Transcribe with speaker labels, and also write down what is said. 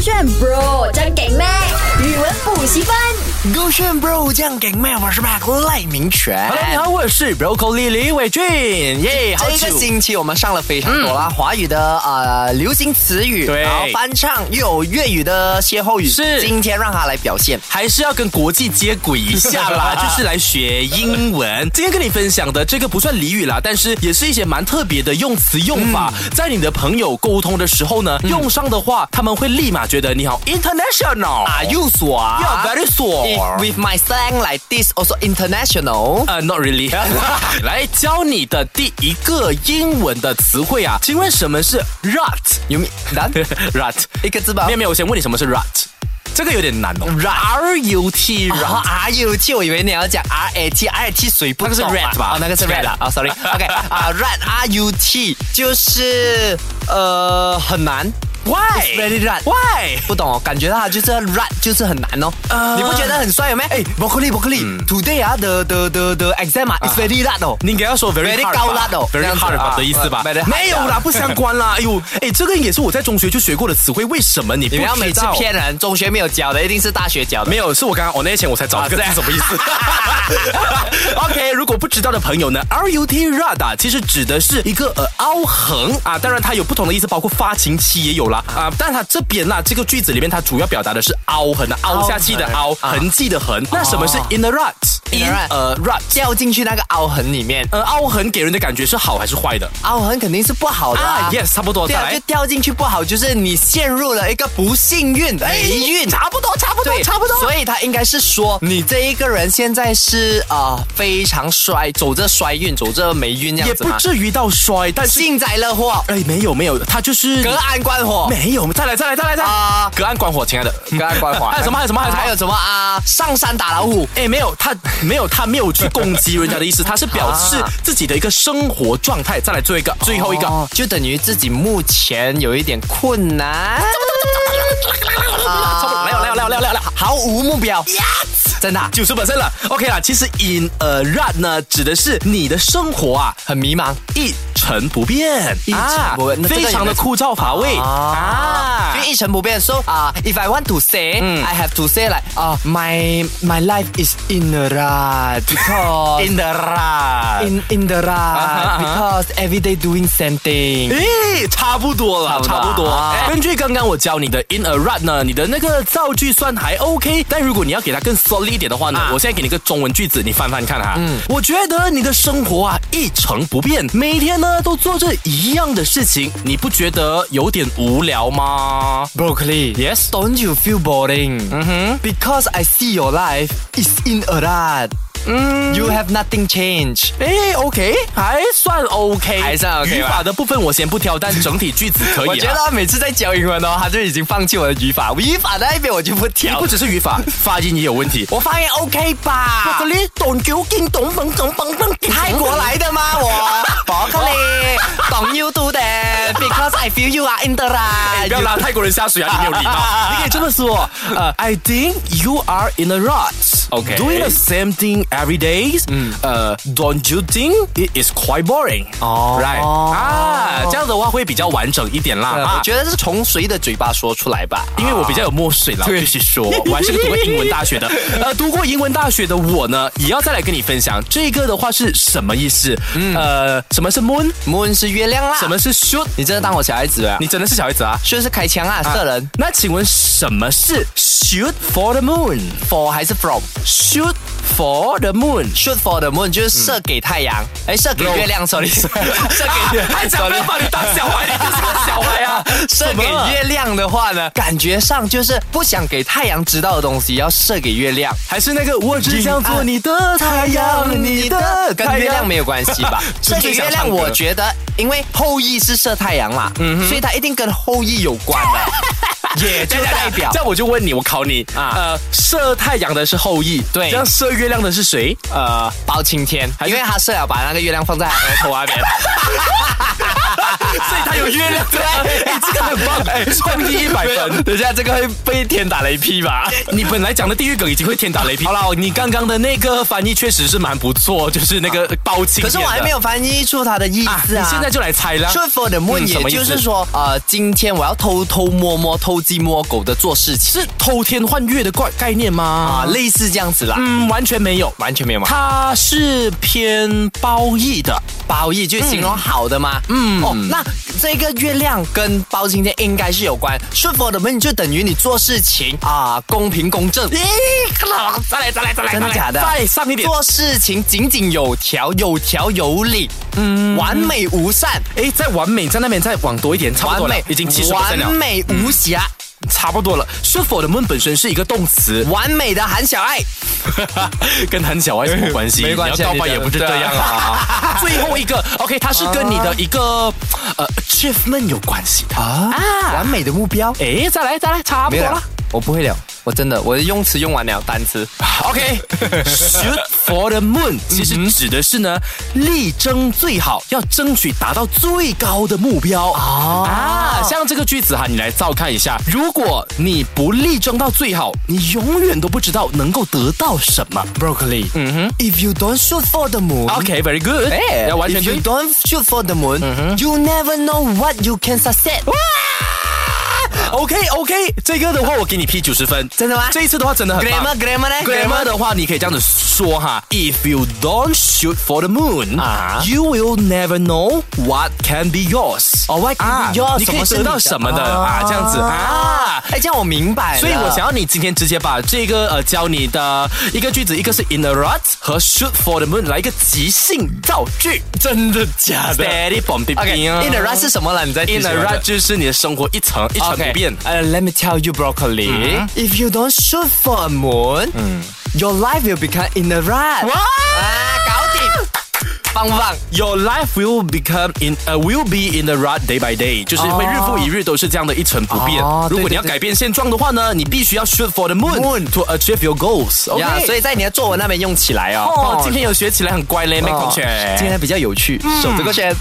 Speaker 1: 炫 Bro 真给力，语文补习班。
Speaker 2: 勾炫 bro 酱给妹，我是 Mac 赖明全。
Speaker 3: Hello，你好，我是 Broccoli 李伟俊，耶、好
Speaker 2: 哎这
Speaker 3: 久
Speaker 2: 个。星期我们上了非常多啦，华语的呃流行词语，
Speaker 3: 对
Speaker 2: 然后翻唱又有粤语的歇后语，
Speaker 3: 是
Speaker 2: 今天让他来表现。
Speaker 3: 还是要跟国际接轨一 下啦，就是来学英文。今天跟你分享的这个不算俚语啦，但是也是一些蛮特别的用词用法，
Speaker 2: 嗯
Speaker 3: 在你的朋友沟通的时候呢，用上的话，他们会立马觉得你好 international 啊
Speaker 2: Are you s u
Speaker 3: ，you are very
Speaker 2: If
Speaker 3: smart。
Speaker 2: with my slang like this also international？
Speaker 3: 呃、n o t really 。 来教你的第一个英文的词汇啊，请问什么是 rut？rut
Speaker 2: 有没 done？一个字吧
Speaker 3: 没有。没有，我先问你什么是 rut，这个有点难哦。R U T
Speaker 2: 然
Speaker 3: rut。
Speaker 2: 后 R U T，我以为你要讲 R A T R A T 谁不
Speaker 3: 那个是
Speaker 2: 懂啊
Speaker 3: rat 吧
Speaker 2: 哦，那个是 rat 啊哦，sorry。OK 啊，rat R U T 就是呃很难。
Speaker 3: Why?
Speaker 2: It's very rut.
Speaker 3: Why?
Speaker 2: 不懂哦，感觉到他就是 rap 就是很难哦。
Speaker 3: 呃
Speaker 2: 你不觉得很帅有没？哎，broccoli broccoli today 啊的的的的 exam 啊，is very rap 哦。
Speaker 3: 你应该要说 very
Speaker 2: Very
Speaker 3: hard 吧
Speaker 2: 高辣的哦这
Speaker 3: very
Speaker 2: 样子
Speaker 3: hard 吧
Speaker 2: 啊
Speaker 3: 的意思吧？
Speaker 2: very hard
Speaker 3: 没有 啦，不相关啦。哎呦，哎，这个也是我在中学就学过的词汇，为什么你不
Speaker 2: 你不要
Speaker 3: 知
Speaker 2: 每次
Speaker 3: 道？
Speaker 2: 骗人，中学没有教的，一定是大学教的。
Speaker 3: 没有，是我刚刚哦我那前我才找这个
Speaker 2: 啊
Speaker 3: 字
Speaker 2: 这
Speaker 3: 什
Speaker 2: 样
Speaker 3: 么意思 ？OK，如果不知道的朋友呢，RUT rad 啊，其实指的是一个呃凹痕啊，当然它有不同的意思，包括发情期也有啦啊，但它这边啦这个句子里面它主要表达的是凹痕啊，凹下去的凹，
Speaker 2: 啊
Speaker 3: 痕迹的痕。那什么是
Speaker 2: 哦
Speaker 3: in the rut？in
Speaker 2: In the rut
Speaker 3: 呃 rut。
Speaker 2: 掉进去那个凹痕里面，
Speaker 3: 呃，凹痕给人的感觉是好还是坏的？
Speaker 2: 凹痕肯定是不好的啊
Speaker 3: 啊。，yes，差不多，
Speaker 2: 对
Speaker 3: 再
Speaker 2: 啊，
Speaker 3: 来
Speaker 2: 就。掉进去不好，就是你陷入了一个不幸运、
Speaker 3: 哎
Speaker 2: 霉运。
Speaker 3: 差不多，差不多，
Speaker 2: 对，
Speaker 3: 差不多。
Speaker 2: 所以他应该是说，你这一个人现在是啊、呃非常衰，走着衰运，走着霉运这样
Speaker 3: 也
Speaker 2: 子嗯
Speaker 3: 不
Speaker 2: 嘛。
Speaker 3: 至于到衰，但是
Speaker 2: 幸灾乐祸，
Speaker 3: 哎，没有没有，他就是
Speaker 2: 隔岸观火。
Speaker 3: 没有，再来再来再来再来
Speaker 2: 啊
Speaker 3: 隔岸观火，亲爱的，
Speaker 2: 隔岸观火。
Speaker 3: 还有什么还有什么还有什么
Speaker 2: 还有什么啊？上山打老虎。
Speaker 3: 哎，没有，他没有，他没有去攻击人家的意思，他是表示
Speaker 2: 啊
Speaker 3: 自己的一个生活状态。再来最后一个，最后一个，
Speaker 2: 哦就等于自己目前有一点困难，
Speaker 3: 差不多，来了来了来了来了来了。
Speaker 2: 毫无目标。真的啊
Speaker 3: 九十本身了，OK 啦。其实 in a rut 呢，指的是你的生活啊
Speaker 2: 很迷茫。
Speaker 3: 一成不变，
Speaker 2: 一成不变那这个
Speaker 3: 非
Speaker 2: 有
Speaker 3: 常
Speaker 2: 没
Speaker 3: 的
Speaker 2: 有
Speaker 3: 枯燥乏味
Speaker 2: 啊，
Speaker 3: 啊
Speaker 2: 因为一成不变。So Ah. 啊、i f I want to say,、I
Speaker 3: Hmm.
Speaker 2: have to say like 啊、my my life is in a rut because
Speaker 3: ，in Ah, the rut。
Speaker 2: in in the rut
Speaker 3: 啊
Speaker 2: because every day doing same thing。
Speaker 3: 诶，哎差不多了，差
Speaker 2: 差
Speaker 3: 不
Speaker 2: 不多
Speaker 3: 多。
Speaker 2: 啊
Speaker 3: 哎根据刚刚我教你的 in a rut 呢，你的那个造句算还 OK，但如果你要给它更 solid 一点的话呢，
Speaker 2: 啊
Speaker 3: 我现在给你个中文句子，你翻翻看哈。嗯，我觉得你的生活啊一成不变，每天呢都做着一样的事情，你不觉得有点无聊吗？
Speaker 2: Broccoli,
Speaker 3: Yes? Mm-hmm.
Speaker 2: Don't you feel boring? Because I see your life is in a rut.
Speaker 3: Mm.
Speaker 2: You have nothing changed.
Speaker 3: 哎，OK，还算 OK，
Speaker 2: 还算 OK 吧
Speaker 3: 语法的部分我先不挑，但整体句子可以啊。
Speaker 2: 我觉得他每次在教英文哦，他就已经放弃我的语法，语法那一边我就不
Speaker 3: 你
Speaker 2: 挑
Speaker 3: 不。只是语法，发音也有问题。
Speaker 2: 我发现 OK 吧？
Speaker 3: 里懂究竟懂懂懂懂懂，
Speaker 2: 泰国来的吗？我 Broccoli, don't you do that? Because I feel you are in the
Speaker 3: 不要
Speaker 2: rut.
Speaker 3: 拉泰国人下水啊！你没有礼貌， 你可以这么说。呃，I think you are in a rut.
Speaker 2: Okay.
Speaker 3: doing the same thing every day. 嗯，呃，don't you think it is quite boring?
Speaker 2: 哦
Speaker 3: right 啊，这样的话会比较完整一点啦。啊
Speaker 2: 我觉得是从谁的嘴巴说出来吧？
Speaker 3: 因为我比较有墨水啦，我
Speaker 2: 对
Speaker 3: 必须说，我还是个读过英文大学 的。呃，读过英文大学的我呢，也要再来跟你分享这个的话是什么意思。呃，什么是 moon？
Speaker 2: 嗯
Speaker 3: 啊
Speaker 2: moon 是月亮啦。
Speaker 3: 什么？是 shoot？
Speaker 2: 你真的当我小孩子啊？
Speaker 3: 你真的是小孩子啊？
Speaker 2: 就是开枪啊，射人。
Speaker 3: 那请问什么是 shoot for the moon？Shoot
Speaker 2: for 还是 from？
Speaker 3: for the moon？
Speaker 2: shoot for the moon 就是射给太
Speaker 3: 嗯
Speaker 2: 阳，哎、射给月亮，sorry，射 给月
Speaker 3: 啊还讲不要把你当小孩，你就是个小孩 啊！
Speaker 2: 射给月亮的话呢，感觉上就是不想给太阳知道的东西，要射给月亮。
Speaker 3: 还是那个，我只想做你的太阳，你的
Speaker 2: 跟
Speaker 3: 太
Speaker 2: 月亮
Speaker 3: 阳。
Speaker 2: 没有关系 吧？射
Speaker 3: 纯
Speaker 2: 给
Speaker 3: 粹想
Speaker 2: 月亮，
Speaker 3: 唱歌
Speaker 2: 我觉得，因为后羿是射太阳嘛，所以它一定跟后羿有关啊 的，也 就代表
Speaker 3: 这样我就问你，我考你啊
Speaker 2: 啊，
Speaker 3: 呃，射太阳的是后羿，
Speaker 2: 对
Speaker 3: 这样射月亮的是谁？呃，啊
Speaker 2: 包青天，因为他射了把那个月亮放在他额头那边。
Speaker 3: 所以它有月亮。对，哎，这个很棒，哎，冲击一百分。
Speaker 4: 等一下，这个会被天打雷劈吧？
Speaker 3: 你本来讲的地狱梗已经会天打雷劈。好了，你刚刚的那个翻译确实是蛮不错，就是那个包青。
Speaker 2: 可是我还没有翻译出它的意
Speaker 3: 啊，
Speaker 2: 思
Speaker 3: 你
Speaker 2: 啊。
Speaker 3: 现在就来猜啦。
Speaker 2: 顺风的梦，
Speaker 3: 嗯什
Speaker 2: 也
Speaker 3: 么意
Speaker 2: 就
Speaker 3: 思
Speaker 2: 是说，呃，今天我要偷偷摸摸、偷鸡摸狗的做事情
Speaker 3: 是偷天换月的概概念吗
Speaker 2: 啊，？类似这样子啦。
Speaker 3: 嗯，完全没有，
Speaker 4: 完全没有吗？
Speaker 3: 它是偏褒义哦的。
Speaker 2: 褒义就形容好的嘛。嗯，哦，那这个月亮跟包青天应该是有关。顺风的梦就等于你做事情啊，公平公正。
Speaker 3: 嗯
Speaker 4: 再来，再来，再来，
Speaker 2: 真的
Speaker 4: 再来
Speaker 2: 假的？
Speaker 3: 再上一点
Speaker 2: 做事情井井有条，有条有理，嗯，完美无善，
Speaker 3: 哎，在完美在那边再往多一点，差不
Speaker 2: 完
Speaker 3: 多了
Speaker 2: 美，
Speaker 3: 已经七十
Speaker 2: 完
Speaker 3: 了，
Speaker 2: 美无瑕，
Speaker 3: 差不多了。是否的梦本身是一个动词，
Speaker 2: 完美的韩小爱。
Speaker 3: 跟韩小爱什么嗯关系？
Speaker 4: 没关系
Speaker 3: 你
Speaker 4: 啊
Speaker 3: 要告白
Speaker 4: 你
Speaker 3: 也
Speaker 4: 的
Speaker 3: 不是这样啊。最后一个，OK，它是跟你的一个呃 achievement 有关系的。
Speaker 2: 啊，完美的目标。
Speaker 3: 哎，再来再来，差不
Speaker 2: 没
Speaker 3: 多
Speaker 2: 有
Speaker 3: 了
Speaker 2: 了。，我不会了，我真的我的用词用完了，单词。
Speaker 3: OK，shoot 嗯 for the moon，其实指的是呢，力争最好，要争取达到最高的目标啊。像这个句子哈，你来照看一下，如果你不力争到最好，你永远都不知道能够得到什么。嗯
Speaker 2: Broccoli，嗯哼，If you don't shoot for the moon。
Speaker 3: OK，very good，
Speaker 2: 哎，
Speaker 3: 要完全
Speaker 2: If you
Speaker 3: 对。
Speaker 2: don't shoot for the moon, you never know 嗯 what you can succeed。
Speaker 3: OK OK，这个的话我给你 P 九十分，
Speaker 2: 真的吗
Speaker 3: 这一次的话真的很棒。
Speaker 2: Grammar grammar 呢
Speaker 3: grammar 的话，你可以这样子说哈：If you don't shoot for the moon,
Speaker 2: 啊
Speaker 3: you will never know what can be yours.
Speaker 2: 哦，what can be yours，
Speaker 3: 啊你可以
Speaker 2: 什么是
Speaker 3: 得到
Speaker 2: 你的
Speaker 3: 什么的啊？这样子啊。
Speaker 2: 哎，这样我明白了。
Speaker 3: 所以我想要你今天直接把这个呃教你的一个句子，一个是 in a rut 和 shoot for the moon 来一个即兴造句。
Speaker 4: 真的假的？
Speaker 3: Steady bomb b
Speaker 2: OK, in a rut 是什么了？你在
Speaker 3: 啊 in a rut 就是你的生活一成一成不变。
Speaker 2: 呃，Let me tell you, broccoli.
Speaker 3: 嗯
Speaker 2: If you don't shoot for a moon, your life will become in a rut.
Speaker 3: 哇
Speaker 2: 啊，搞定，棒不棒？
Speaker 3: Your life will become in 呃、will be in the rut day by day，就是会日复一日都是这样的一成不变。
Speaker 2: 哦
Speaker 3: 如果
Speaker 2: 对对
Speaker 3: 你要
Speaker 2: 对
Speaker 3: 改变现状的话呢，你必须要 shoot for the moon,
Speaker 2: Moon
Speaker 3: to achieve your goals。OK，、
Speaker 2: 呀，所以在你的作文那边用起来哦。
Speaker 3: 哦，今天有学起来很乖嘞，麦同学。
Speaker 2: 今天比较有趣，手这个圈。